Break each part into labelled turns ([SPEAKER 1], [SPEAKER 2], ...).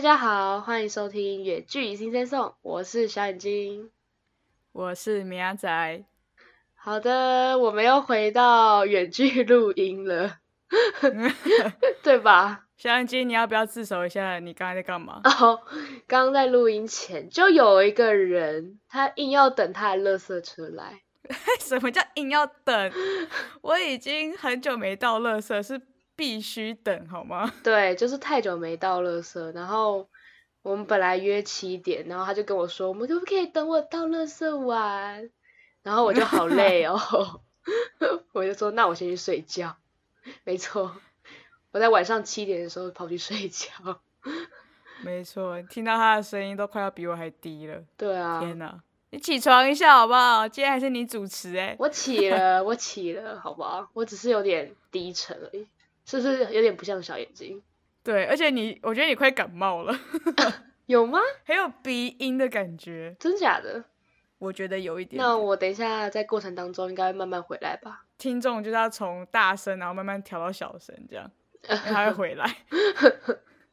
[SPEAKER 1] 家好，欢迎收听《远距离新生颂》，我是小眼睛。
[SPEAKER 2] 我是米阿仔，
[SPEAKER 1] 好的，我们又回到远距录 音了，对吧？
[SPEAKER 2] 小眼睛，你要不要自首一下？你刚才在干 嘛？
[SPEAKER 1] 哦，刚刚在录音前就有一个人，他硬要等他的垃圾车来，
[SPEAKER 2] 什么叫硬要等？我已经很久没到乐色，是必须等好吗？
[SPEAKER 1] 对，就是太久没到垃圾，然后我们本来约七点，然后他就跟我说，我们可不可以等我到垃圾玩？然后我就好累哦， 我就说那我先去睡觉。没错，我在晚上七点的时候跑去睡觉。
[SPEAKER 2] 没错，听到他的声音都快要比我还低了。
[SPEAKER 1] 对啊，
[SPEAKER 2] 天哪，你起床一下好不好？今天还是你主持哎、
[SPEAKER 1] 我起了，我起了，好不好？我只是有点低沉而已，是不是有点不像小眼睛？
[SPEAKER 2] 对，而且你，我觉得你快感冒了，
[SPEAKER 1] 有吗？
[SPEAKER 2] 很有鼻音的感觉，
[SPEAKER 1] 真假的？
[SPEAKER 2] 我觉得有一点。
[SPEAKER 1] 那我等一下在过程当中应该会慢慢回来吧。
[SPEAKER 2] 听众就是要从大声，然后慢慢调到小声，这 样因为他会回来。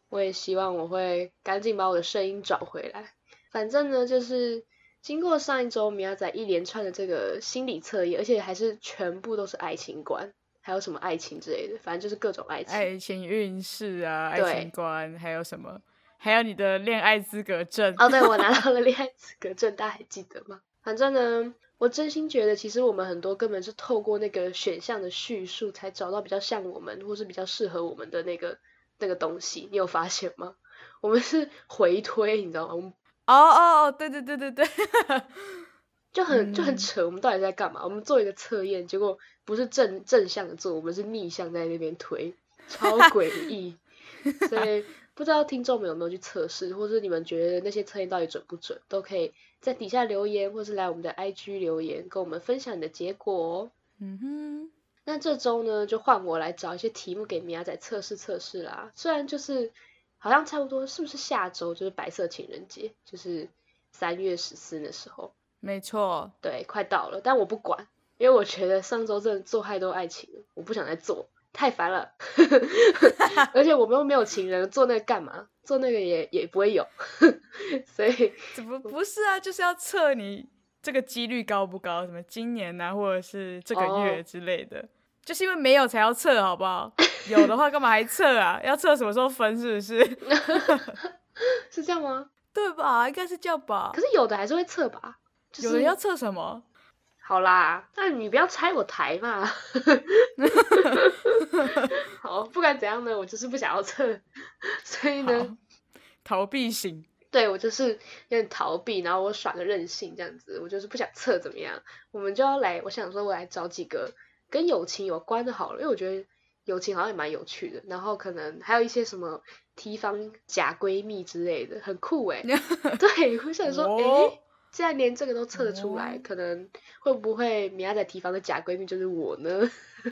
[SPEAKER 1] 我也希望我会赶紧把我的声音找回来。反正呢，就是经过上一周米亚仔一连串的这个心理测验，而且还是全部都是爱情观，还有什么爱情之类的，反正就是各种爱情。
[SPEAKER 2] 爱情运势啊，爱
[SPEAKER 1] 对
[SPEAKER 2] 情观，还有什么？还有你的恋爱资格证。
[SPEAKER 1] 哦，对，我拿到了恋爱资格证，大家还记得吗？反正呢，我真心觉得，其实我们很多根本是透过那个选项的叙述，才找到比较像我们，或是比较适合我们的那个那个东西。你有发现吗？我们是回推，你知道吗？我们
[SPEAKER 2] 哦哦哦，对对对对对，
[SPEAKER 1] 就很就很
[SPEAKER 2] 嗯
[SPEAKER 1] 扯，我们到底在干嘛？我们做一个测验，结果不是正正向的做，我们是逆向在那边推，超诡异。所以不知道听众们有没有去测试，或是你们觉得那些测验到底准不准，都可以在底下留言，或是来我们的 IG 留言，跟我们分享你的结果哦。
[SPEAKER 2] 嗯
[SPEAKER 1] 那这周呢，就换我来找一些题目给米娅仔测试测试啦。虽然就是好像差不多，是不是下周就是白色情人节，就是三月十四那时候？
[SPEAKER 2] 哼，没错，
[SPEAKER 1] 对，快到了，但我不管，因为我觉得上周真的做太多爱情了，我不想再做，太烦了。 而且我们又没有情人，做那个干嘛？做那个也也不会有， 所以
[SPEAKER 2] 怎么不是啊？就是要测你这个几率高不高，什么今年啊，或者是这个
[SPEAKER 1] 哦
[SPEAKER 2] 月之类的，就是因为没有才要测，好不好？有的话干嘛还测啊？ 要测什么时候分是不是？
[SPEAKER 1] 是这样吗？
[SPEAKER 2] 对吧？应该是这样吧
[SPEAKER 1] 可。是有的还是会测吧，就是
[SPEAKER 2] 有人要测什么？
[SPEAKER 1] 好啦，那你不要拆我台嘛。 好，不管怎样呢，我就是不想要测， 所以呢，
[SPEAKER 2] 好 逃避型。
[SPEAKER 1] 对我就是有点逃避，然后我耍个任性这样子，我就是不想测怎么样，我们就要来，我想说我来找几个跟友情有关的好了，因为我觉得友情好像也蛮有趣的，然后可能还有一些什么提防假闺蜜之类的，很 酷哎、对，我想说，诶，
[SPEAKER 2] 哦
[SPEAKER 1] 既然连这个都测得出来，
[SPEAKER 2] 哦
[SPEAKER 1] 可能会不会米亚仔提防的假闺蜜就是我呢？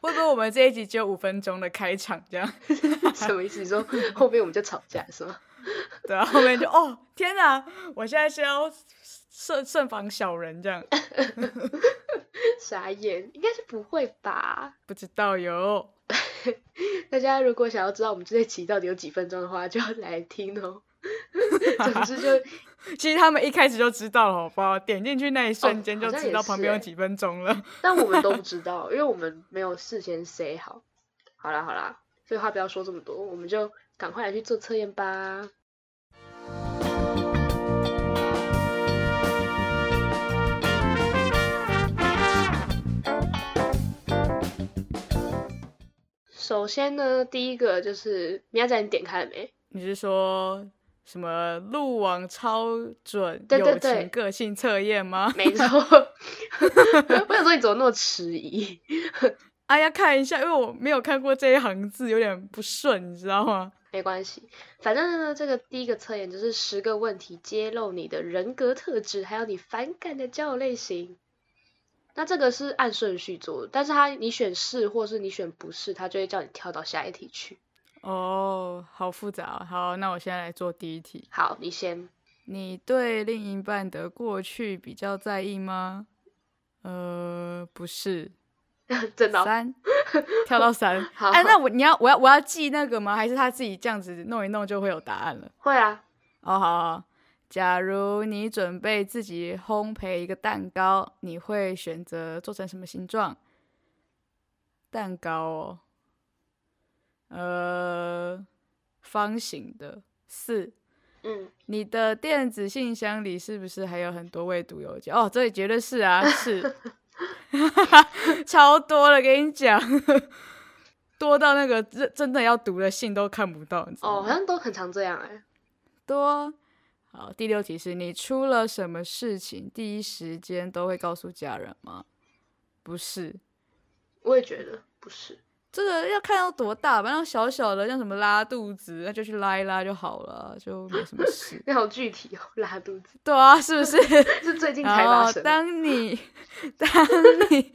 [SPEAKER 2] 会不会我们这一集只有五分钟的开场这样？
[SPEAKER 1] 什么意思？你说后面我们就吵架是吗？
[SPEAKER 2] 对啊，后面就哦天哪，我现在是要设慎防小人这样，
[SPEAKER 1] 傻眼，应该是不会吧？
[SPEAKER 2] 不知道哟。
[SPEAKER 1] 大家如果想要知道我们这期到底有几分钟的话，就要来听哦。总之就
[SPEAKER 2] 其实他们一开始就知道了，好不好？点进去那一瞬间
[SPEAKER 1] 哦
[SPEAKER 2] 就
[SPEAKER 1] 好像
[SPEAKER 2] 知道
[SPEAKER 1] 也是
[SPEAKER 2] 旁边有
[SPEAKER 1] 欸
[SPEAKER 2] 几分钟了。
[SPEAKER 1] 但我们都不知道，因为我们没有事先 say 好。好啦好啦，废话不要说这么多，我们就赶快来去做测验吧。首先呢，第一个就是米亚仔，你点开了没？
[SPEAKER 2] 你是说什么路网超准
[SPEAKER 1] 对对
[SPEAKER 2] 友
[SPEAKER 1] 对
[SPEAKER 2] 情个性测验吗？
[SPEAKER 1] 没错，我想说你怎么那么迟疑？
[SPEAKER 2] 啊，要看一下，因为我没有看过这一行字，有点不顺，你知道吗？
[SPEAKER 1] 没关系，反正呢，这个第一个测验就是十个问题揭露你的人格特质，还有你反感的交友类型。那这个是按顺序做的，但是它你选是或是你选不是，它就会叫你跳到下一题去。
[SPEAKER 2] 哦，好复杂哦。好，那我现在来做第一题。
[SPEAKER 1] 好，你先。
[SPEAKER 2] 你对另一半的过去比较在意吗？呃，不是。
[SPEAKER 1] 真的哦、
[SPEAKER 2] 三跳到三。
[SPEAKER 1] 好
[SPEAKER 2] 哎、那我你要我要我要记那个吗？还是他自己这样子弄一弄就会有答案了？
[SPEAKER 1] 会啊，
[SPEAKER 2] 哦，好好好。假如你准备自己烘焙一个蛋糕，你会选择做成什么形状？蛋糕哦，呃，方形的。四，
[SPEAKER 1] 嗯，
[SPEAKER 2] 你的电子信箱里是不是还有很多未读邮件？哦，这里绝对是啊，是，超多了，跟你讲，多到那个真真的要读的信都看不到，你知道
[SPEAKER 1] 哦，
[SPEAKER 2] 吗
[SPEAKER 1] 好像都很常这样哎、
[SPEAKER 2] 多。好，第六题是你出了什么事情，第一时间都会告诉家人吗？不是，
[SPEAKER 1] 我也觉得不是，。
[SPEAKER 2] 这个要看到多大吧，那种小小的，像什么拉肚子，那就去拉一拉就好了，就没什么事
[SPEAKER 1] 那好具体哦，拉肚子
[SPEAKER 2] 对啊，是不是？
[SPEAKER 1] 是最近才
[SPEAKER 2] 然
[SPEAKER 1] 发
[SPEAKER 2] 后
[SPEAKER 1] 生的，
[SPEAKER 2] 哦当你 当你，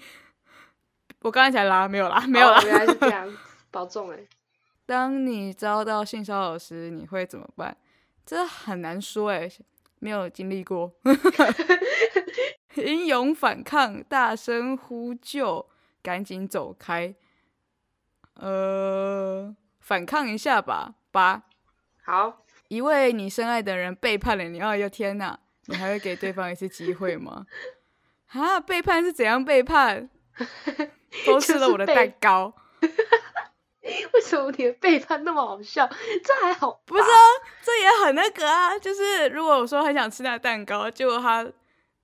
[SPEAKER 2] 我刚才才拉，没有拉，没有
[SPEAKER 1] 哦
[SPEAKER 2] 拉。
[SPEAKER 1] 原来是这样，保重哎、
[SPEAKER 2] 当你遭到性骚扰时，你会怎么办？这很难说哎、没有经历过。 英勇反抗，大声呼救，赶紧走开。呃，反抗一下吧。八，
[SPEAKER 1] 好，
[SPEAKER 2] 一位你深爱的人背叛了你，哦哟天哪！你还会给对方一次机会吗？ 啊，背叛是怎样背 叛？偷吃了我的
[SPEAKER 1] 就是背
[SPEAKER 2] 蛋糕。
[SPEAKER 1] 为什么你的背叛那么好笑？ 这还好吧，
[SPEAKER 2] 不是啊，这也很那个啊。就是如果我说很想吃那个蛋糕，结果他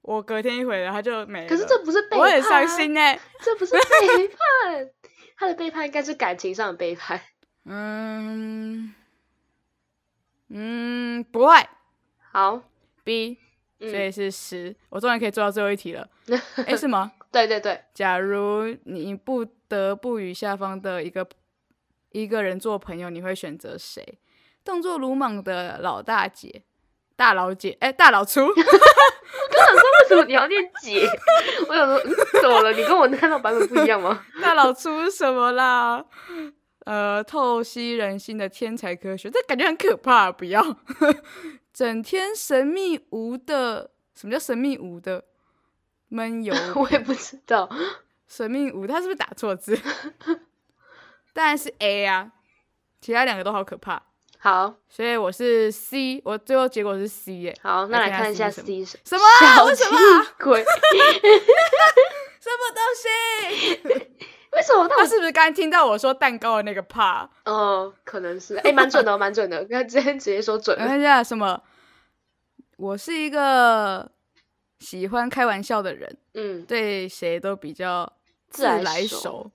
[SPEAKER 2] 我隔天一回来他就没了，
[SPEAKER 1] 可是这不是背叛、啊，
[SPEAKER 2] 我很伤心哎、
[SPEAKER 1] 这不是背叛， 他的背叛应该是感情上的背叛。
[SPEAKER 2] 嗯嗯，不会
[SPEAKER 1] 好，
[SPEAKER 2] B，
[SPEAKER 1] 嗯
[SPEAKER 2] 所以是十、我终于可以做到最后一题了。哎、是吗？
[SPEAKER 1] 对对对，
[SPEAKER 2] 假如你不得不与下方的一个一个人做朋友，你会选择谁？动作鲁莽的老大姐、大老姐，哎、大老粗。
[SPEAKER 1] 为什么你要念姐？ 我想说，嗯怎么了？你跟我看到版本不一样吗？
[SPEAKER 2] 大佬出什么啦？呃，透析人心的天才科学，这感觉很可怕，不要。整天神秘无的，什么叫神秘无的？闷油
[SPEAKER 1] 我也不知道。
[SPEAKER 2] 神秘无，他是不是打错字？当然是 A 啊，其他两个都好可怕，
[SPEAKER 1] 好
[SPEAKER 2] 所以我是 C，我最后结果是 C 耶、
[SPEAKER 1] 好，那来
[SPEAKER 2] 来看
[SPEAKER 1] 看一下
[SPEAKER 2] 是
[SPEAKER 1] C 是
[SPEAKER 2] 什么啊
[SPEAKER 1] 小
[SPEAKER 2] 为
[SPEAKER 1] 气
[SPEAKER 2] 什么啊
[SPEAKER 1] 鬼？
[SPEAKER 2] 什么东西？
[SPEAKER 1] 为什么？那
[SPEAKER 2] 他
[SPEAKER 1] 我
[SPEAKER 2] 是不是刚才听到我说蛋糕的那个怕？
[SPEAKER 1] 哦，可能是哎，蛮准的哦，蛮准的。刚才之前直接说准
[SPEAKER 2] 我
[SPEAKER 1] 了。
[SPEAKER 2] 看一下什么？我是一个喜欢开玩笑的人，
[SPEAKER 1] 嗯，
[SPEAKER 2] 对谁都比较
[SPEAKER 1] 自来
[SPEAKER 2] 来
[SPEAKER 1] 熟
[SPEAKER 2] 熟。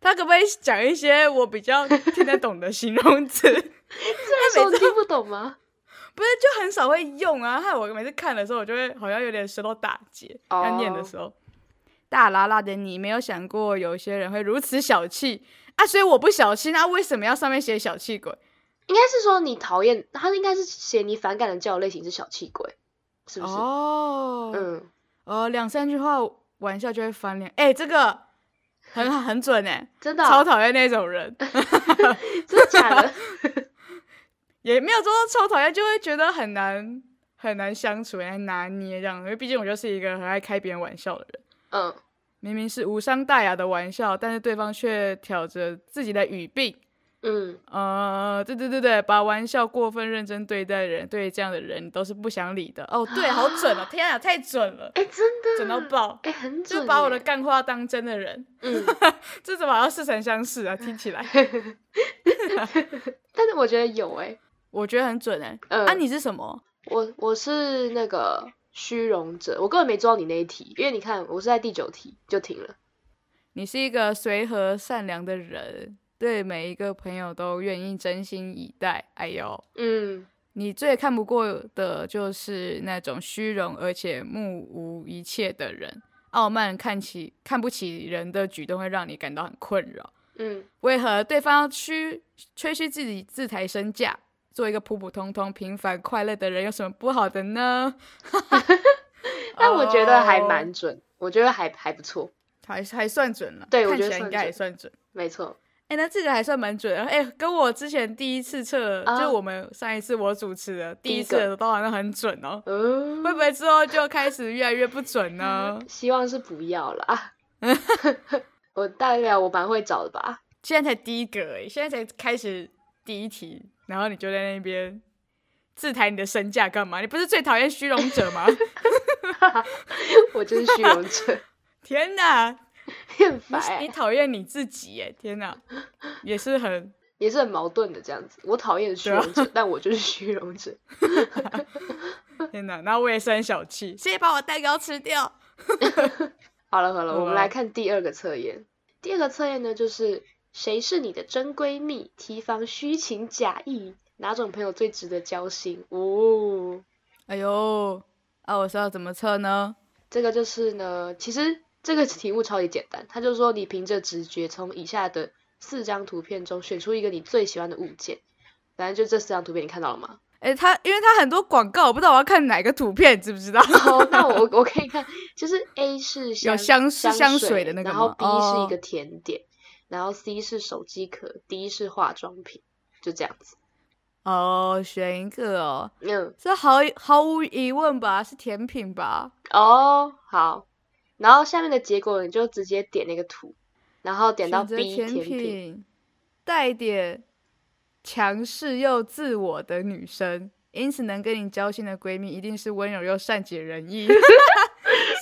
[SPEAKER 2] 他可不可以讲一些我比较听得懂的形容词？不
[SPEAKER 1] 这时候听不懂吗？
[SPEAKER 2] 是，就很少会用啊。害我每次看的时候，我就会好像有点舌头打结，要念的
[SPEAKER 1] 哦
[SPEAKER 2] 时候。大拉拉的你，没有想过有些人会如此小气啊！所以我不小气，那为什么要上面写小气鬼？
[SPEAKER 1] 应该是说你讨厌他，应该是写你反感的交友类型是小气鬼，是不是？
[SPEAKER 2] 哦，
[SPEAKER 1] 嗯，
[SPEAKER 2] 呃，两三句话玩笑就会翻脸。哎、这个很很准 哎、
[SPEAKER 1] 真的
[SPEAKER 2] 超
[SPEAKER 1] 哦，
[SPEAKER 2] 讨厌那种人，
[SPEAKER 1] 真的假的？
[SPEAKER 2] 也没有说超讨厌，就会觉得很难很难相处，很难拿捏这样。因为毕竟我就是一个很爱开别人玩笑的人，
[SPEAKER 1] 嗯，
[SPEAKER 2] 明明是无伤大雅的玩笑，但是对方却挑着自己的语病。
[SPEAKER 1] 嗯，
[SPEAKER 2] 呃，对对对对，把玩笑过分认真对待的人，对这样的人你都是不想理的。哦，对，好准哦！天啊，太准了，
[SPEAKER 1] 哎、真的，
[SPEAKER 2] 准到爆，
[SPEAKER 1] 哎、很
[SPEAKER 2] 就
[SPEAKER 1] 准耶，
[SPEAKER 2] 把我的干话当真的人。
[SPEAKER 1] 嗯，
[SPEAKER 2] 这怎么好像似曾相识啊？听起 来
[SPEAKER 1] 但是我觉得有哎、
[SPEAKER 2] 我觉得很准哎、
[SPEAKER 1] 嗯
[SPEAKER 2] 啊，你是什么？
[SPEAKER 1] 我我是那个虚荣者，我根本没做到你那一题，因为你看我是在第九题就停了，
[SPEAKER 2] 你是一个随和善良的人，对每一个朋友都愿意真心以待。哎呦，
[SPEAKER 1] 嗯，
[SPEAKER 2] 你最看不过的就是那种虚荣而且目无一切的人。傲慢看起看不起人的举动会让你感到很困扰。
[SPEAKER 1] 嗯，
[SPEAKER 2] 为何对方要虚吹嘘自己自抬身价，做一个普普通通、平凡快乐的人有什么不好的呢？
[SPEAKER 1] 但我觉得还
[SPEAKER 2] 哦
[SPEAKER 1] 蛮准，我觉得还还不错，
[SPEAKER 2] 还还算准了，
[SPEAKER 1] 对我
[SPEAKER 2] 看
[SPEAKER 1] 觉
[SPEAKER 2] 起来
[SPEAKER 1] 得
[SPEAKER 2] 应
[SPEAKER 1] 算
[SPEAKER 2] 该也
[SPEAKER 1] 准
[SPEAKER 2] 算准。
[SPEAKER 1] 没错，
[SPEAKER 2] 哎、那这个还算蛮准的。哎、跟我之前第一次测，
[SPEAKER 1] 啊
[SPEAKER 2] 就我们上一次我主持的第
[SPEAKER 1] 第
[SPEAKER 2] 一
[SPEAKER 1] 一
[SPEAKER 2] 次
[SPEAKER 1] 个
[SPEAKER 2] 的都好像很准哦。
[SPEAKER 1] 嗯，？
[SPEAKER 2] 会不会之后就开始越来越不准呢
[SPEAKER 1] 希望是不要啦。 我大不了我蛮会找的吧。
[SPEAKER 2] 现在才第一个哎，现在才开始第一题，然后你就在那边自抬你的身价干嘛？你不是最讨厌虚荣者 吗？
[SPEAKER 1] 我就是虚 荣者，
[SPEAKER 2] 天哪，
[SPEAKER 1] 很
[SPEAKER 2] 你
[SPEAKER 1] 烦欸、
[SPEAKER 2] 你讨厌你自己哎，天哪，也是很
[SPEAKER 1] 也是很矛盾的这样子。我讨厌虚荣
[SPEAKER 2] 啊
[SPEAKER 1] 者，但我就是虚 荣者。
[SPEAKER 2] 天哪，然后我也是很小气，谁把我蛋糕吃掉？
[SPEAKER 1] 好了好了，我
[SPEAKER 2] 好
[SPEAKER 1] 们
[SPEAKER 2] 吧
[SPEAKER 1] 来看第二个测验。第二个测验呢，就是谁是你的真闺蜜？提防虚情假意，哪种朋友最值得交心？哦，
[SPEAKER 2] 哎呦，啊，我是要怎么测呢？
[SPEAKER 1] 这个就是呢，其实这个题目超级简单，他就说你凭着直觉从以下的四张图片中选出一个你最喜欢的物件。反正就这四张图片，你看到了吗？
[SPEAKER 2] 哎、他因为他很多广告，我不知道我要看哪个图片，你知不知道？
[SPEAKER 1] 哦，那我我可以看，就是 A 是香
[SPEAKER 2] 香
[SPEAKER 1] 香
[SPEAKER 2] 香水的那个
[SPEAKER 1] 然后
[SPEAKER 2] 吗
[SPEAKER 1] B 是
[SPEAKER 2] 哦
[SPEAKER 1] 一个甜点，然后 C 是手机壳，D 是化妆品，就这样子。
[SPEAKER 2] 哦，选一个哦，
[SPEAKER 1] 嗯，
[SPEAKER 2] 这毫毫无疑问吧，是甜品吧？
[SPEAKER 1] 哦，好，然后下面的结果你就直接点那个图，然后点到
[SPEAKER 2] 选择
[SPEAKER 1] B
[SPEAKER 2] 甜
[SPEAKER 1] 品，
[SPEAKER 2] 品，带点强势又自我的女生，因此能跟你交心的闺蜜一定是温柔又善解人意。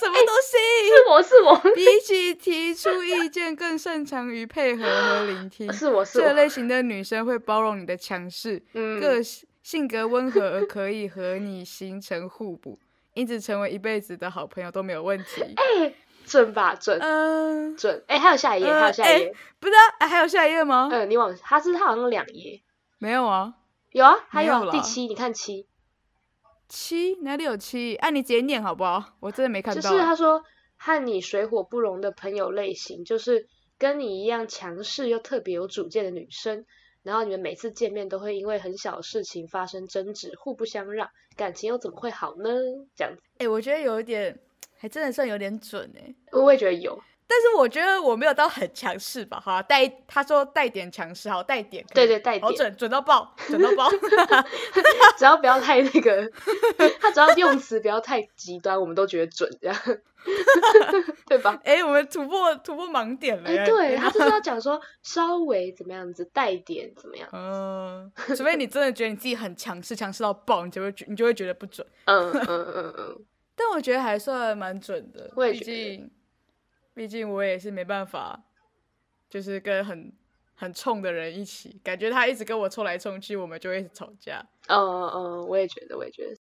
[SPEAKER 2] 什么东西？
[SPEAKER 1] 是我是我
[SPEAKER 2] 比起提出意见，更擅长于配合和聆听。
[SPEAKER 1] 是我是
[SPEAKER 2] 这
[SPEAKER 1] 我，
[SPEAKER 2] 类型的女生会包容你的强势，
[SPEAKER 1] 嗯，
[SPEAKER 2] 个性性格温和而可以和你形成互补，因此成为一辈子的好朋友都没有问 题。
[SPEAKER 1] 准吧准
[SPEAKER 2] 嗯、
[SPEAKER 1] 准，哎，还有下一页，还有
[SPEAKER 2] 呃
[SPEAKER 1] 下一
[SPEAKER 2] 哎
[SPEAKER 1] 页，
[SPEAKER 2] 不知道、哎还有下一页吗？
[SPEAKER 1] 嗯，你往它是它好像两页，
[SPEAKER 2] 没有啊，
[SPEAKER 1] 有啊，还有
[SPEAKER 2] 没有
[SPEAKER 1] 啊第
[SPEAKER 2] 啦
[SPEAKER 1] 七，你看七。
[SPEAKER 2] 七哪里有七？哎、你直接念好不好？我真的没看
[SPEAKER 1] 就
[SPEAKER 2] 到。啊
[SPEAKER 1] 是他说和你水火不容的朋友类型，就是跟你一样强势又特别有主见的女生。然后你们每次见面都会因为很小的事情发生争执，互不相让，感情又怎么会好呢？这样子，
[SPEAKER 2] 哎、我觉得有一点，还真的算有点准哎、
[SPEAKER 1] 我也觉得有，
[SPEAKER 2] 但是我觉得我没有到很强势吧，好、啊，带他说带点强势，好带点，
[SPEAKER 1] 对对，，带
[SPEAKER 2] 好
[SPEAKER 1] 点，
[SPEAKER 2] 准准到爆，准 到爆，
[SPEAKER 1] 只要不要太那个， 他只要用词不要太极端，我们都觉得准，这样，对吧？
[SPEAKER 2] 哎、我们突破突破盲点了、
[SPEAKER 1] 哎，
[SPEAKER 2] 欸，
[SPEAKER 1] 对，
[SPEAKER 2] 天哪
[SPEAKER 1] 他就是要讲说稍微怎么样子，带点怎么样，
[SPEAKER 2] 嗯，除非你真的觉得你自己很强势，强势到爆，你就会觉你就会觉得不准。
[SPEAKER 1] 嗯嗯嗯嗯，
[SPEAKER 2] 但我觉得还算蛮准的，
[SPEAKER 1] 我也
[SPEAKER 2] 毕
[SPEAKER 1] 觉得
[SPEAKER 2] 竟毕竟我也是没办法，就是跟很很冲的人一起，感觉他一直跟我冲来冲去，我们就会一直吵架。
[SPEAKER 1] 嗯嗯，我也觉得，我也觉得。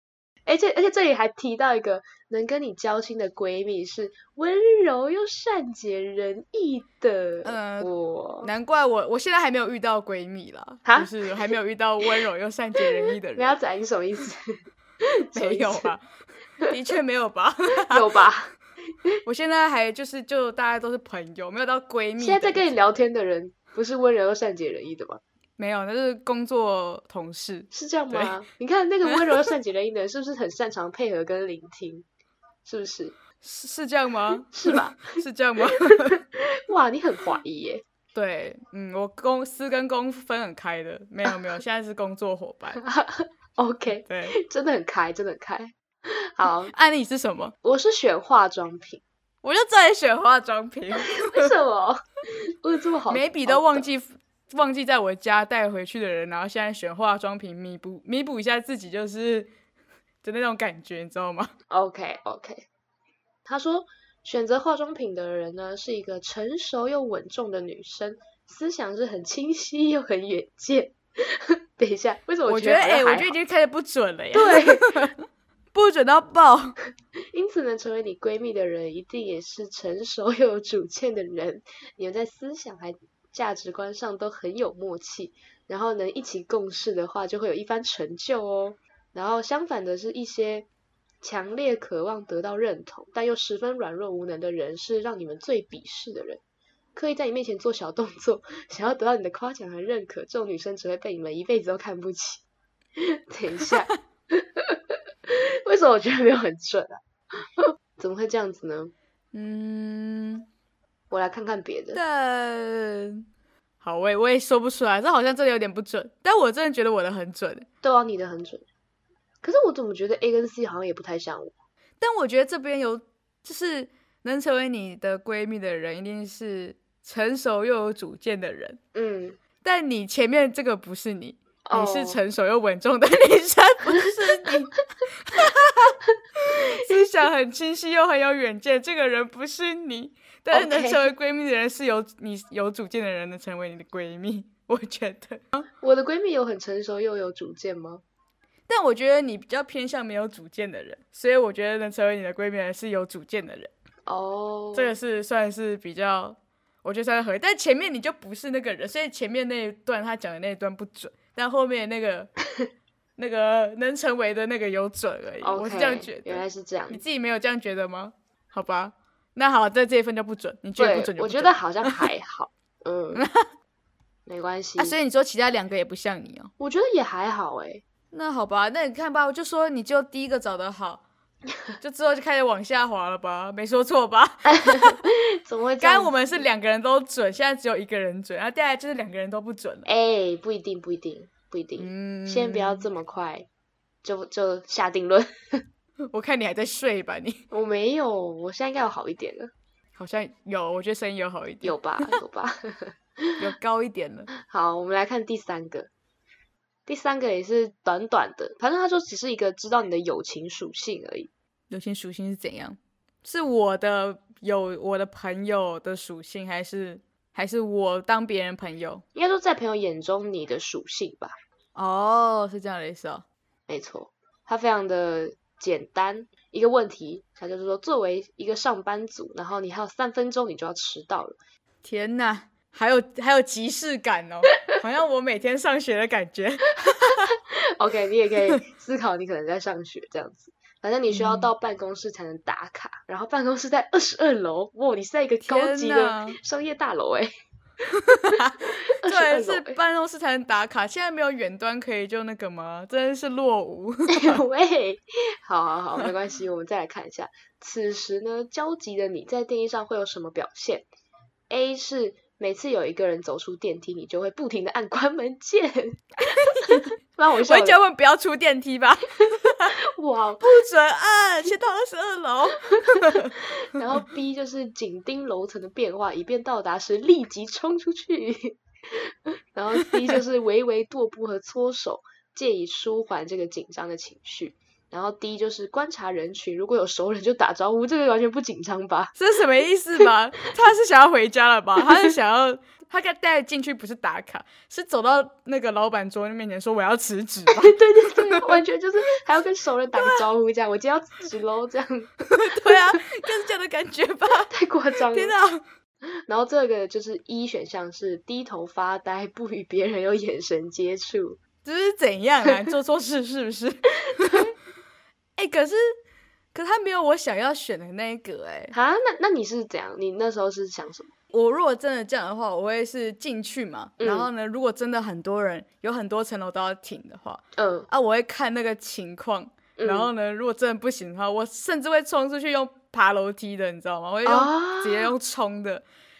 [SPEAKER 1] 而且而且这里还提到一个能跟你交心的闺蜜是温柔又善解人意的，
[SPEAKER 2] 呃
[SPEAKER 1] 我
[SPEAKER 2] 难怪我我现在还没有遇到闺蜜啦，
[SPEAKER 1] 哦哈
[SPEAKER 2] 就是还没有遇到温柔又善解人意的
[SPEAKER 1] 没有
[SPEAKER 2] 人，
[SPEAKER 1] 仔，你什 么意思？什么
[SPEAKER 2] 没
[SPEAKER 1] 意
[SPEAKER 2] 有
[SPEAKER 1] 思？
[SPEAKER 2] 吧？的确没有吧？
[SPEAKER 1] 有吧？
[SPEAKER 2] 我现在还就是就大家都是朋友，没有到闺蜜等级。
[SPEAKER 1] 现在在跟你聊天的人不是温柔又善解人意的吗？
[SPEAKER 2] 没有，那是工作同事。
[SPEAKER 1] 是这样
[SPEAKER 2] 对
[SPEAKER 1] 吗？你看那个 温柔又善解人意的人，是不是很擅长配合跟聆听？是不是？
[SPEAKER 2] 是是这样吗？
[SPEAKER 1] 是吧？
[SPEAKER 2] 是这样吗？
[SPEAKER 1] 哇，你很怀疑耶！
[SPEAKER 2] 对，嗯，我公私跟公分很开的，没有没有，现在是工作伙伴。
[SPEAKER 1] OK，
[SPEAKER 2] 对，
[SPEAKER 1] 真的很开，真的很开。好，
[SPEAKER 2] 安利是什么？
[SPEAKER 1] 我是选化妆品。
[SPEAKER 2] 我就再选化妆品，
[SPEAKER 1] 为什么？ 我有这么好？
[SPEAKER 2] 眉笔都忘记忘记在我家带回去的人，然后现在选化妆品弥补弥补一下自己就是的那种感觉，你知道吗？
[SPEAKER 1] OK OK，他说选择化妆品的人呢，是一个成熟又稳重的女生，思想是很清晰又很远见。 等一下，为什么
[SPEAKER 2] 我
[SPEAKER 1] 觉
[SPEAKER 2] 得
[SPEAKER 1] 好像
[SPEAKER 2] 哎、我
[SPEAKER 1] 还
[SPEAKER 2] 觉得已
[SPEAKER 1] 好
[SPEAKER 2] 经开始不准了呀，
[SPEAKER 1] 对，
[SPEAKER 2] 不准到 爆。
[SPEAKER 1] 因此呢，成为你闺蜜的人一定也是成熟又有主见的人，你们在思想还价值观上都很有默契，然后能一起共事的话，就会有一番成就哦。然后相反的是一些强烈渴望得到认同，但又十分软弱无能的人，是让你们最鄙视的人。刻意在你面前做小动作，想要得到你的夸奖和认可，这种女生只会被你们一辈子都看不起。 等一下， 为什么我觉得没有很准啊？怎么会这样子呢？
[SPEAKER 2] 嗯，
[SPEAKER 1] 我来看看别的。
[SPEAKER 2] 但好，我也我也说不出来，这好像真的有点不准，但我真的觉得我的很准。
[SPEAKER 1] 对啊，你的很准。可是我怎么觉得 A 跟 C 好像也不太像我？
[SPEAKER 2] 但我觉得这边有，就是能成为你的闺蜜的人，一定是成熟又有主见的人，
[SPEAKER 1] 嗯，
[SPEAKER 2] 但你前面这个不是你，你
[SPEAKER 1] 哦
[SPEAKER 2] 是成熟又稳重的女生，不是 你。思想很清晰又很有远见，这个人不是你，但是能
[SPEAKER 1] OK
[SPEAKER 2] 成为闺蜜的人是有你有主见的人能成为你的闺蜜，我觉得。
[SPEAKER 1] 我的闺蜜有很成熟又有主见吗？
[SPEAKER 2] 但我觉得你比较偏向没有主见的人，所以我觉得能成为你的闺蜜的人是有主见的人，
[SPEAKER 1] 哦，
[SPEAKER 2] 这个是算是比较，我觉得算是合理。但前面你就不是那个人，所以前面那一段他讲的那一段不准，但后面那 个那个能成为的那个有准而已
[SPEAKER 1] OK，
[SPEAKER 2] 我是这样觉
[SPEAKER 1] 原
[SPEAKER 2] 得
[SPEAKER 1] 来。是这样
[SPEAKER 2] 你。自己没有这样觉得吗？好吧，那好，这这一份就不准，你觉得不准就不
[SPEAKER 1] 我觉
[SPEAKER 2] 准
[SPEAKER 1] 得好像 还好，嗯，没关系。
[SPEAKER 2] 啊，所以你说其他两个也不像你哦。
[SPEAKER 1] 我觉得也还好哎、
[SPEAKER 2] 那好吧，那你看吧，我就说你就第一个找的好，就之后就开始往下滑了吧，没说错吧？
[SPEAKER 1] 怎么会哎这
[SPEAKER 2] 刚
[SPEAKER 1] 样？
[SPEAKER 2] 刚我们是两个人都准，现在只有一个人准，然后接下来就是两个人都不准了。
[SPEAKER 1] 哎、不一定，不一定，不一定。
[SPEAKER 2] 嗯，
[SPEAKER 1] 先不要，这么快就就下定论。
[SPEAKER 2] 嗯我看你还在睡吧，你
[SPEAKER 1] 我没有，我现在应该有好一点了，
[SPEAKER 2] 好像有，我觉得声音有好一点，
[SPEAKER 1] 有吧？有吧？
[SPEAKER 2] 有高一点了。
[SPEAKER 1] 好，我们来看第三个。第三个也是短短的，反正他就只是一个知道你的友情属性而已。
[SPEAKER 2] 友情属性是怎样？是我的有我的朋友的属性，还是还是我当别人朋友？
[SPEAKER 1] 应该说，在朋友眼中你的属性吧，
[SPEAKER 2] 哦，是这样的意思哦。
[SPEAKER 1] 没错，它非常的简单。一个问题，它就是说，作为一个上班族，然后你还有三分钟，你就要迟到了。
[SPEAKER 2] 天哪，还有还有即视感哦，好像我每天上学的感觉。
[SPEAKER 1] OK，你也可 以思考你可能在上学这样子。反正你需要
[SPEAKER 2] 嗯
[SPEAKER 1] 到办公室才能打卡，然后办公室在二十二楼，哇，你是在一个高
[SPEAKER 2] 天
[SPEAKER 1] 级
[SPEAKER 2] 哪
[SPEAKER 1] 的商业大楼哎、
[SPEAKER 2] 对，
[SPEAKER 1] 二十二楼欸
[SPEAKER 2] 是办公室才能打卡，现在没有远端可以就那个吗？真是落伍。
[SPEAKER 1] 哎 喂，好好好，没关系，我们再来看一下。此时呢，焦急的你在电梯上会有什么表现？A 是每次有一个人走出电梯，你就会不停的按关门键， 让我
[SPEAKER 2] 我
[SPEAKER 1] 笑
[SPEAKER 2] 会
[SPEAKER 1] 得。
[SPEAKER 2] 叫问不要出电梯吧，
[SPEAKER 1] 哇！哦
[SPEAKER 2] 不准按，先到二十二楼。
[SPEAKER 1] 然后 B 就是紧盯楼层的变化，以便到达时立即冲出去。 然后 C 就是微微踱步和搓手，借以舒缓这个紧张的情绪。然后 D 就是观察人群，如果有熟人就打招呼，这个完全不紧张吧？
[SPEAKER 2] 这是什么意思 吧？他是想要回家了吧？他是想要他该带进去不是打卡，是走到那个老板桌面前说我要辞职吧？
[SPEAKER 1] 对对对对，完全就是还要跟熟人打个招呼，这样我今天要辞职喽，这样
[SPEAKER 2] 对啊，就是这样的感觉 吧？
[SPEAKER 1] 太夸张
[SPEAKER 2] 天
[SPEAKER 1] 了。
[SPEAKER 2] 哪！
[SPEAKER 1] 然后这个就是一选项是低头发呆，不与别人有眼神接触。
[SPEAKER 2] 这是怎样啊？做错事是 不是？哎、可是可是他没有我想要选的那一个哎、
[SPEAKER 1] 啊，那那你是怎样？你那时候是想什么？
[SPEAKER 2] 我如果真的这样的话，我会是进去嘛，
[SPEAKER 1] 嗯
[SPEAKER 2] 然后呢，如果真的很多人有很多层楼都要停的话，
[SPEAKER 1] 嗯，
[SPEAKER 2] 啊，我会看那个情况，
[SPEAKER 1] 嗯
[SPEAKER 2] 然后呢，如果真的不行的话，我甚至会冲出去用爬楼梯的，你知道吗？我会用、
[SPEAKER 1] 啊
[SPEAKER 2] 直接用冲的，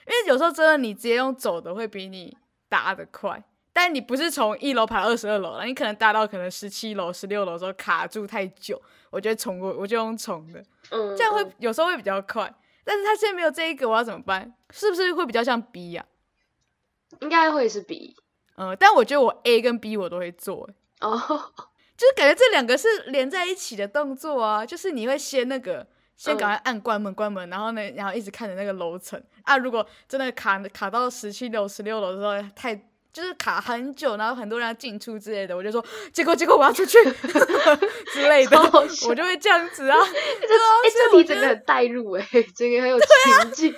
[SPEAKER 2] 因为有时候真的你直接用走的会比你搭的快，但你不是从一楼爬二十二楼了，你可能搭到可能十七楼、十六楼的时候卡住太久，我就会冲过，我就用冲的，
[SPEAKER 1] 嗯，
[SPEAKER 2] 这样会
[SPEAKER 1] 嗯
[SPEAKER 2] 有时候会比较快。但是他现在没有这一个，我要怎么办？是不是会比较像 B 呀、
[SPEAKER 1] 应该会是 B
[SPEAKER 2] 嗯，但我觉得我 A 跟 B 我都会做、欸
[SPEAKER 1] 哦，
[SPEAKER 2] 就是感觉这两个是连在一起的动作啊，就是你会先那
[SPEAKER 1] 嗯
[SPEAKER 2] 个，先赶快按关门关门，然后呢，然后一直看着那个楼层啊。如果真的卡卡到十七楼、十六楼的时候，太就是卡很久，然后很多人要进出之类的，我就说结果结果我要出去 之类的
[SPEAKER 1] 超好，笑
[SPEAKER 2] 我就会这样子啊。
[SPEAKER 1] 哎这
[SPEAKER 2] 所
[SPEAKER 1] 哎
[SPEAKER 2] 以
[SPEAKER 1] 这
[SPEAKER 2] 我
[SPEAKER 1] 题
[SPEAKER 2] 觉得
[SPEAKER 1] 整个很带入哎，整个很有情境，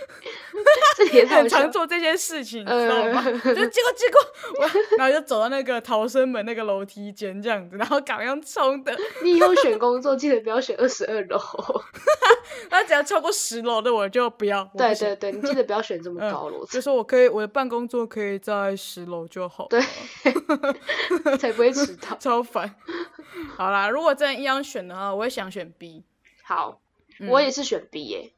[SPEAKER 1] 这题也太好
[SPEAKER 2] 很
[SPEAKER 1] 笑
[SPEAKER 2] 常
[SPEAKER 1] 了。
[SPEAKER 2] 做这些事情，你
[SPEAKER 1] 呃
[SPEAKER 2] 知道吗？就结果结果我，然后就走到那个逃生门那个楼梯间这样子，然后赶快用冲的，
[SPEAKER 1] 你以后选工作记得不要选二十二楼，
[SPEAKER 2] 那只要超过十楼的我就不要。我不
[SPEAKER 1] 对
[SPEAKER 2] 行
[SPEAKER 1] 对对，你记得不要选这么
[SPEAKER 2] 嗯
[SPEAKER 1] 高楼层
[SPEAKER 2] 就，说我可以，我的办公桌可以在十楼就好，
[SPEAKER 1] 对，
[SPEAKER 2] 哦
[SPEAKER 1] 才不会迟到。
[SPEAKER 2] 超烦。 好啦，如果真的硬要选的话，我会想选 B。
[SPEAKER 1] 好，
[SPEAKER 2] 嗯
[SPEAKER 1] 我也是选 B 耶、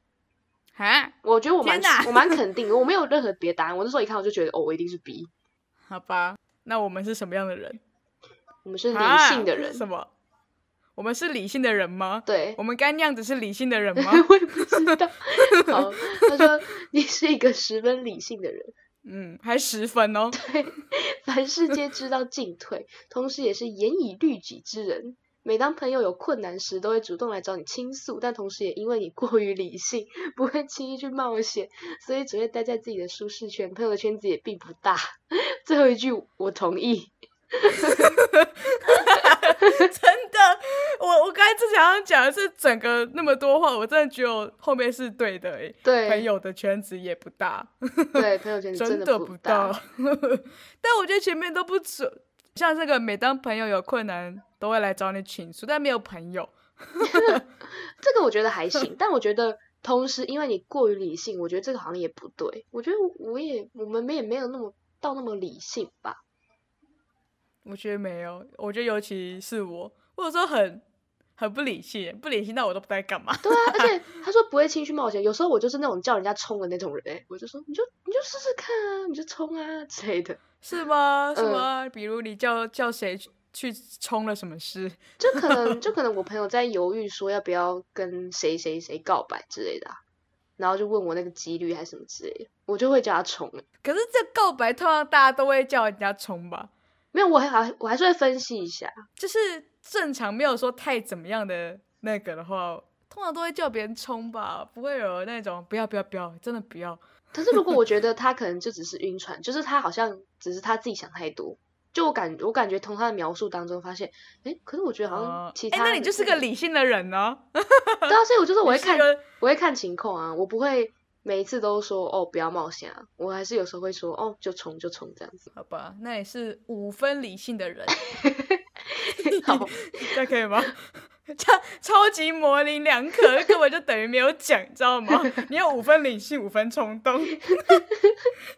[SPEAKER 2] 啊，
[SPEAKER 1] 我觉得我蛮
[SPEAKER 2] 天哪
[SPEAKER 1] 我蛮肯定的，我没有任何别的答案。我那时候一看我就觉得，哦，我一定是 B。
[SPEAKER 2] 好吧，那我们是什么样的人？
[SPEAKER 1] 我们是理
[SPEAKER 2] 啊
[SPEAKER 1] 性的人，
[SPEAKER 2] 什么？我们是理性的人吗？
[SPEAKER 1] 对，
[SPEAKER 2] 我们该那样子是理性的人 吗？
[SPEAKER 1] 我也不知道。好，他说你是一个十分理性的人，
[SPEAKER 2] 嗯，还十分哦。
[SPEAKER 1] 凡事皆知道进退，同时也是严以律己之人。每当朋友有困难时，都会主动来找你倾诉，但同时也因为你过于理性，不会轻易去冒险，所以只会待在自己的舒适圈，朋友的圈子也并不大。 最后一句我同意，
[SPEAKER 2] 真的，我我刚才之前好像讲的是整个那么多话，我真的觉得我后面是对的、欸。朋
[SPEAKER 1] 对
[SPEAKER 2] 友的圈子也不大，
[SPEAKER 1] 对，朋友圈子
[SPEAKER 2] 真
[SPEAKER 1] 的
[SPEAKER 2] 不
[SPEAKER 1] 大。
[SPEAKER 2] 大。 但我觉得前面都不准，像这个，每当朋友有困难，都会来找你倾诉，但没有朋友。
[SPEAKER 1] 这个我觉得 还行，但我觉得同时因为你过于理性，我觉得这个好像也不对。我觉得我也我们也没有那么到那么理性吧。
[SPEAKER 2] 我觉得没有，我觉得尤其是我，我有时候很很不理性，不理性到我都不知道在干嘛。
[SPEAKER 1] 对啊，而且他说不会轻易去冒险，有时候我就是那种叫人家冲的那种人、欸，我就说你就你就试试看啊，你就冲啊之类的，
[SPEAKER 2] 是吗？
[SPEAKER 1] 嗯
[SPEAKER 2] 什么？比如你叫叫谁去去冲了什么事？
[SPEAKER 1] 就可能就可能我朋友在犹豫说要不要跟谁谁谁告白之类的、啊，然后就问我那个几率还是什么之类的，我就会叫他冲、欸。
[SPEAKER 2] 可是这告白通常大家都会叫人家冲吧，
[SPEAKER 1] 没有，我还好我还是会分析一下，
[SPEAKER 2] 就是正常没有说太怎么样的那个的话，通常都会叫别人冲吧，不会有那种不要不要不要，真的不要。
[SPEAKER 1] 可是如果我觉得他可能就只是晕船，就是他好像只是他自己想太多。就我感我感觉从他的描述当中发现，哎，可是我觉得好
[SPEAKER 2] 哦
[SPEAKER 1] 像其
[SPEAKER 2] 哎、
[SPEAKER 1] 他、
[SPEAKER 2] 那你就是个，理性的人 呢、
[SPEAKER 1] 对啊，所以我就是我会
[SPEAKER 2] 你是
[SPEAKER 1] 看，
[SPEAKER 2] 个
[SPEAKER 1] 我会看情况啊，我不会每一次都说哦不要冒险啊，我还是有时候会说哦就冲就冲这样子，
[SPEAKER 2] 好吧，那也是五分理性的人，
[SPEAKER 1] 好，
[SPEAKER 2] 这样可以吗？超超级模棱两可，根本就等于没有讲，你知道 吗？你有五分理性，五分冲动，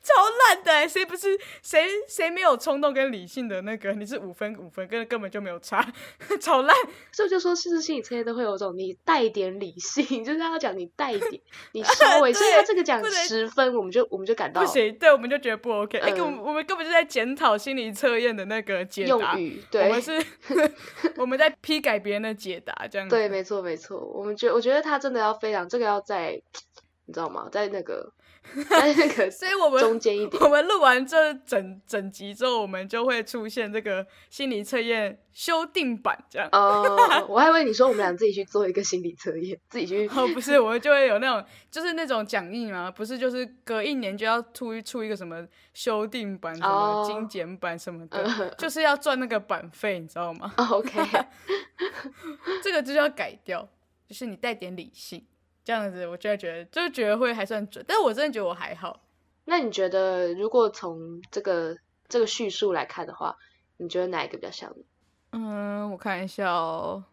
[SPEAKER 2] 超烂的、欸。谁不是谁谁没有冲动跟理性的那个？你是五分五分，根根本就没有差， 超烂。
[SPEAKER 1] 所以我就说，是不是心理测验都会有种你带一点理性， 就是他要讲你带一点，你稍微，所以他
[SPEAKER 2] 对
[SPEAKER 1] 这个讲
[SPEAKER 2] 不能
[SPEAKER 1] 十分，我们就我们就感到
[SPEAKER 2] 不行，对，我们就觉得不 OK。哎、
[SPEAKER 1] 嗯
[SPEAKER 2] 我们我们根本就在检讨心理测验的那个解答
[SPEAKER 1] 用，语，
[SPEAKER 2] 我
[SPEAKER 1] 对，
[SPEAKER 2] 们是， 我们在批改别人的解答，这样子
[SPEAKER 1] 对，没错没错，我们觉我觉得他真的要非常这个要在，你知道吗？在 那个在那个
[SPEAKER 2] 所以我们
[SPEAKER 1] 中间一点，
[SPEAKER 2] 我们录完这整整集之后，我们就会出现这个心理测验修订版这样。
[SPEAKER 1] 哦，我还以为你说我们俩自己去做一个心理测验，自己去
[SPEAKER 2] 哦，不是，我们就会有那种，就是那种讲义嘛，不是，就是隔一年就要出一出一个什么修订版、什么
[SPEAKER 1] 哦嗯
[SPEAKER 2] 精简版什么的 就是要赚那个版费，你知道吗？
[SPEAKER 1] 哦，OK，
[SPEAKER 2] 这个就是要改掉，就是你带点理性，这样子我就会觉得，就觉得会还算准。但我真的觉得我还好，
[SPEAKER 1] 那你觉得如果从这个这个叙述来看的话，你觉得哪一个比较像你？
[SPEAKER 2] 嗯，我看一下哦，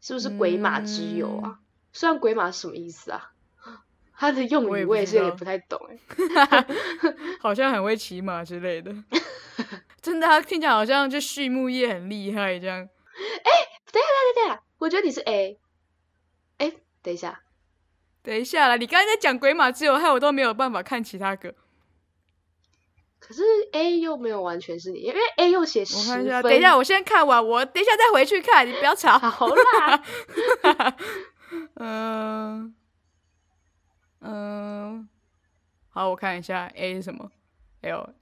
[SPEAKER 1] 是不是鬼马之友
[SPEAKER 2] 嗯
[SPEAKER 1] 啊？虽然鬼马是什么意思啊？ 它的用
[SPEAKER 2] 我也
[SPEAKER 1] 语
[SPEAKER 2] 不
[SPEAKER 1] 我也
[SPEAKER 2] 知
[SPEAKER 1] 是有点
[SPEAKER 2] 道
[SPEAKER 1] 不太懂哎、
[SPEAKER 2] 好像很会骑马之类的。 真的、啊，听起来好像就畜牧业很厉害这样。
[SPEAKER 1] 对对啊，我觉得你是 A，哎、等一下，
[SPEAKER 2] 等一下啦，你刚才在讲鬼马之友，害我都没有办法看其他歌。
[SPEAKER 1] 可是 A 又没有完全是你，因为 A 又写十
[SPEAKER 2] 我看一下，
[SPEAKER 1] 分。
[SPEAKER 2] 等一下，我先看完，我等一下再回去看，你不要吵。
[SPEAKER 1] 好啦，
[SPEAKER 2] 嗯嗯、好，我看一下 A 是什么？哎呦，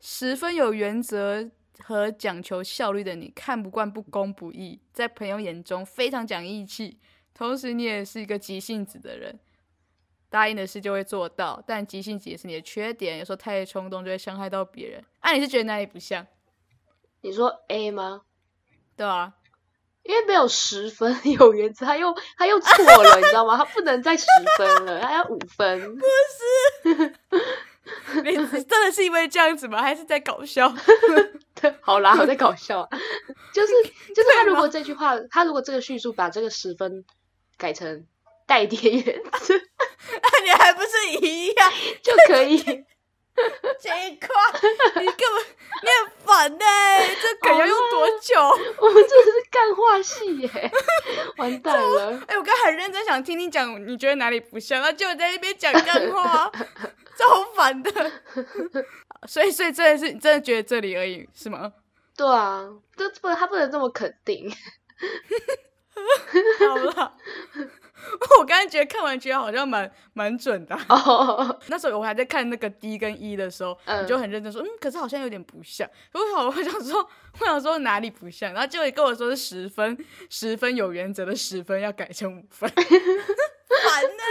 [SPEAKER 2] 十分有原则和讲求效率的你，看不惯不公不义，在朋友眼中非常讲义气，同时你也是一个急性子的人。答应的事就会做到，但急性子也是你的缺点，有时候太冲动就会伤害到别人。啊，你是觉得哪里不像？
[SPEAKER 1] 你说 A 吗？
[SPEAKER 2] 对啊，
[SPEAKER 1] 因为没有十分 有原则，他又他又错了，你知道吗？他不能再十分了，他要五分。
[SPEAKER 2] 你你真的是因为这样子吗？还是在搞笑？
[SPEAKER 1] 对，好啦，我在搞笑啊， 就是 就是他
[SPEAKER 2] 对
[SPEAKER 1] 如
[SPEAKER 2] 吗
[SPEAKER 1] 果这句话，他如果这个叙述把这个十分改成带点原则
[SPEAKER 2] 那你还不是一样？
[SPEAKER 1] 就可以，
[SPEAKER 2] 这一块，你根本你很烦呢、这梗要用多久？
[SPEAKER 1] 我们真的是干话戏耶，完蛋了。
[SPEAKER 2] 哎、我刚才很认真想听你讲，你觉得哪里不像，然后结果在那边讲干话，超烦的。 所以，所以真的是你真的觉得这里而已是吗？
[SPEAKER 1] 对啊，这不能他不能这么肯定，
[SPEAKER 2] 好了， 我刚才觉得看完觉得好像蛮蛮准的啊、
[SPEAKER 1] 哦，
[SPEAKER 2] 那时候我还在看那个 D 跟 E 的时候，
[SPEAKER 1] 嗯
[SPEAKER 2] 你就很认真说，嗯，可是好像有点不像。我想，我想说，我想说哪里不像，然后结果你跟我说是十分，十分有原则的十分要改成五分， 烦呢、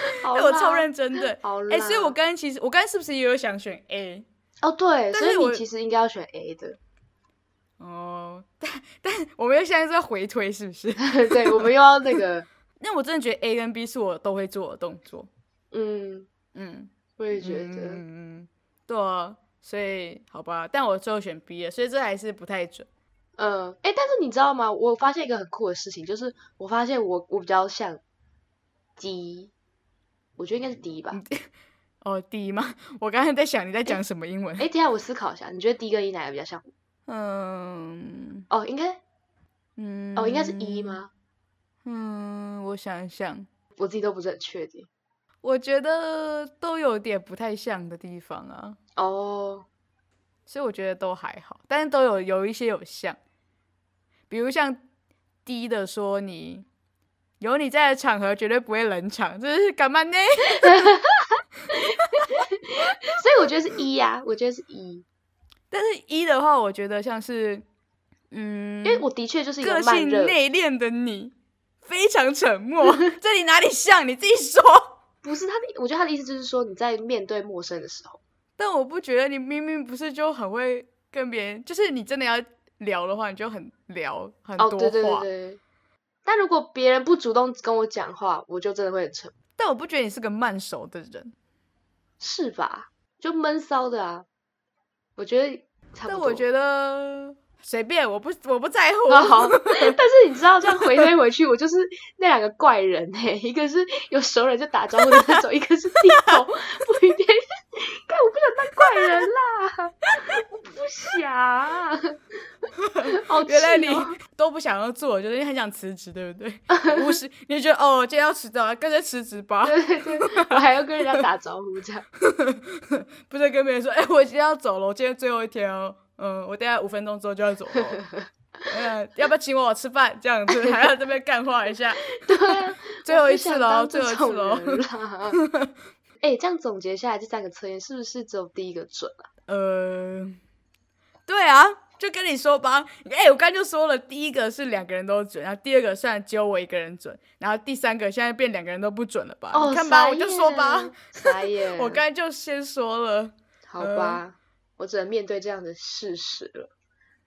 [SPEAKER 1] 好
[SPEAKER 2] 欸！我
[SPEAKER 1] 啦
[SPEAKER 2] 超认真的，
[SPEAKER 1] 好啦
[SPEAKER 2] 哎、所以我刚刚其实我刚刚是不是也有想选 A？
[SPEAKER 1] 哦对，
[SPEAKER 2] 但
[SPEAKER 1] 所以
[SPEAKER 2] 是
[SPEAKER 1] 你
[SPEAKER 2] 我
[SPEAKER 1] 其实应该要选 A 的，
[SPEAKER 2] 哦，但但我们又现在是在回推，是不是？
[SPEAKER 1] 对，我们又要那个，
[SPEAKER 2] 那我真的觉得 A 跟 B 是我都会做的动作，
[SPEAKER 1] 嗯，
[SPEAKER 2] 嗯，
[SPEAKER 1] 我也觉得，
[SPEAKER 2] 嗯，对啊，所以好吧，但我最后选 B 了，所以这还是不太准。
[SPEAKER 1] 嗯，哎，但是你知道吗？我发现一个很酷的事情，就是我发现我我比较像 D，我觉得应该是 D
[SPEAKER 2] 嗯
[SPEAKER 1] 吧。
[SPEAKER 2] 哦，D 吗？ 我刚才在想你在讲什么英文。
[SPEAKER 1] 哎，等一下我思考一下，你觉得 D 跟 E 哪个比较像我？
[SPEAKER 2] 嗯
[SPEAKER 1] 哦，应该
[SPEAKER 2] 嗯，
[SPEAKER 1] 哦，应该是 E？吗？
[SPEAKER 2] 嗯，我想想，
[SPEAKER 1] 我自己都不是很确定。
[SPEAKER 2] 我觉得都有点不太像的地方啊，
[SPEAKER 1] 哦，
[SPEAKER 2] 所以我觉得都还好，但是都有有一些有像，比如像 D 的说你有你在的场合绝对不会冷场，这是干嘛呢？
[SPEAKER 1] 所以我觉得是 E 呀，我觉得是 E，
[SPEAKER 2] 但是 E 的话，我觉得像是嗯，
[SPEAKER 1] 因为我的确就是一
[SPEAKER 2] 个
[SPEAKER 1] 个慢
[SPEAKER 2] 性
[SPEAKER 1] 热，
[SPEAKER 2] 内敛的你非常沉 默，这里哪里像你自己说？
[SPEAKER 1] 不是他的，我觉得他的意思就是说你在面对陌生的时候，
[SPEAKER 2] 但我不觉得你明明不是就很会跟别人，就是你真的要聊的话，你就很聊很多
[SPEAKER 1] 哦，
[SPEAKER 2] 话。
[SPEAKER 1] 对对对对。但如果别人不主动跟我讲话，我就真的会很沉默，
[SPEAKER 2] 但我不觉得你是个慢熟的人，
[SPEAKER 1] 是吧？就闷骚的啊，我觉得差不
[SPEAKER 2] 但
[SPEAKER 1] 多。
[SPEAKER 2] 我觉得随便，我不我不在乎。
[SPEAKER 1] 哦好，但是你知道，这样回推回去，我就是那两个怪人哎、一个是有熟人就打招呼的那种，一个是低头不一定。看，我不想当怪人啦，我不想。好气
[SPEAKER 2] 原来你
[SPEAKER 1] 哦
[SPEAKER 2] 都不想要做，就是你很想辞职，对不对？ 无视，你就觉得哦，今天要迟到，跟着辞职吧，
[SPEAKER 1] 对对对，我还要跟人家打招呼这样。
[SPEAKER 2] 不是跟别人说， 哎、我今天要走了，我今天最后一天哦，嗯，我等一下五分钟之后就要走了哦， 嗯，要不要请我吃饭？这样子还要这边干话一下，
[SPEAKER 1] 对啊，
[SPEAKER 2] 最后一次喽，
[SPEAKER 1] 了，
[SPEAKER 2] 最后一次喽。
[SPEAKER 1] 啦。哎、这样总结下来，这三个测验是不是只有第一个准啊？
[SPEAKER 2] 呃，对啊，就跟你说吧。哎、我刚就说了，第一个是两个人都准，然后第二个虽然只有我一个人准，然后第三个现在变两个人都不准了吧？
[SPEAKER 1] 哦，
[SPEAKER 2] 你看吧，
[SPEAKER 1] 傻
[SPEAKER 2] 我就说吧
[SPEAKER 1] 眼，， 傻眼。
[SPEAKER 2] 我刚才就先说了。
[SPEAKER 1] 好
[SPEAKER 2] 呃
[SPEAKER 1] 吧，我只能面对这样的事实了。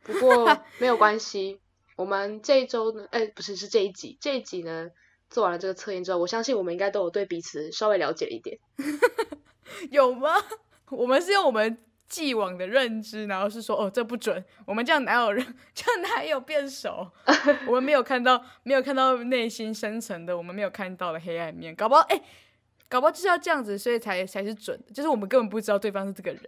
[SPEAKER 1] 不 过没有关系，我们这一周呢，哎，不是是这一集，这一集呢做完了这个测验之后，我相信我们应该都有对彼此稍微了解了一点。
[SPEAKER 2] 有吗？我们是用我们既往的认知，然后是说哦这不准，我们这样哪有人这样哪有变 熟？我们没有看到没有看到内心深层的，我们没有看到的黑暗面，搞不好哎、搞不好就是要这样子，所以才才是准的，就是我们根本不知道对方是这个人，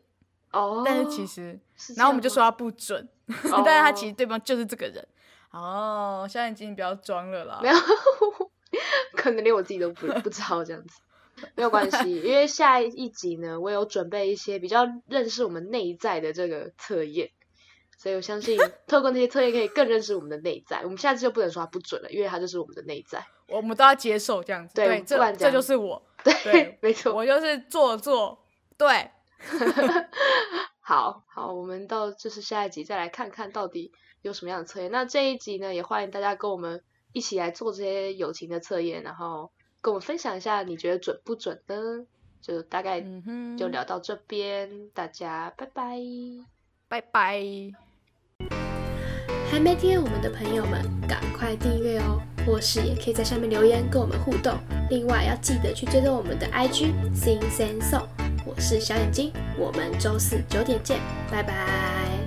[SPEAKER 1] 哦，
[SPEAKER 2] 但是其实，
[SPEAKER 1] 是这
[SPEAKER 2] 然后我们就说
[SPEAKER 1] 样哦
[SPEAKER 2] 他不准，
[SPEAKER 1] 吗，
[SPEAKER 2] 但是他其
[SPEAKER 1] 实
[SPEAKER 2] 实对方就是这个人。哦，现在已经不要装了啦
[SPEAKER 1] 没。有，可能连我自己都不不知道这样子。没有关系，因为下一集呢，我有准备一些比较认识我们内在的这个测验，所以我相 信透过那些测验可以更认识我们的内在。我们下次就不能说它不准了，因为它就是我们的内在。
[SPEAKER 2] 我们都要接受这样子。
[SPEAKER 1] 对
[SPEAKER 2] 对，
[SPEAKER 1] 不
[SPEAKER 2] 这
[SPEAKER 1] 然这
[SPEAKER 2] 这
[SPEAKER 1] 样
[SPEAKER 2] 就是我。
[SPEAKER 1] 对
[SPEAKER 2] 对，
[SPEAKER 1] 没错。
[SPEAKER 2] 我就是做作。对，
[SPEAKER 1] 好好，我们到就是下一集再来看看到底有什么样的测验。那这一集呢，也欢迎大家跟我们一起来做这些友情的测验，然后跟我们分享一下你觉得准不准呢？就大概
[SPEAKER 2] 嗯哼，
[SPEAKER 1] 就聊到这边，大家拜拜。
[SPEAKER 2] 拜拜。
[SPEAKER 3] 还没订阅我们的朋友们，赶快订阅哦！或是也可以在下面留言跟我们互动。另外要记得去追踪我们的 IG Sing Sing Song，我是小眼睛，我们周四九点见，拜拜。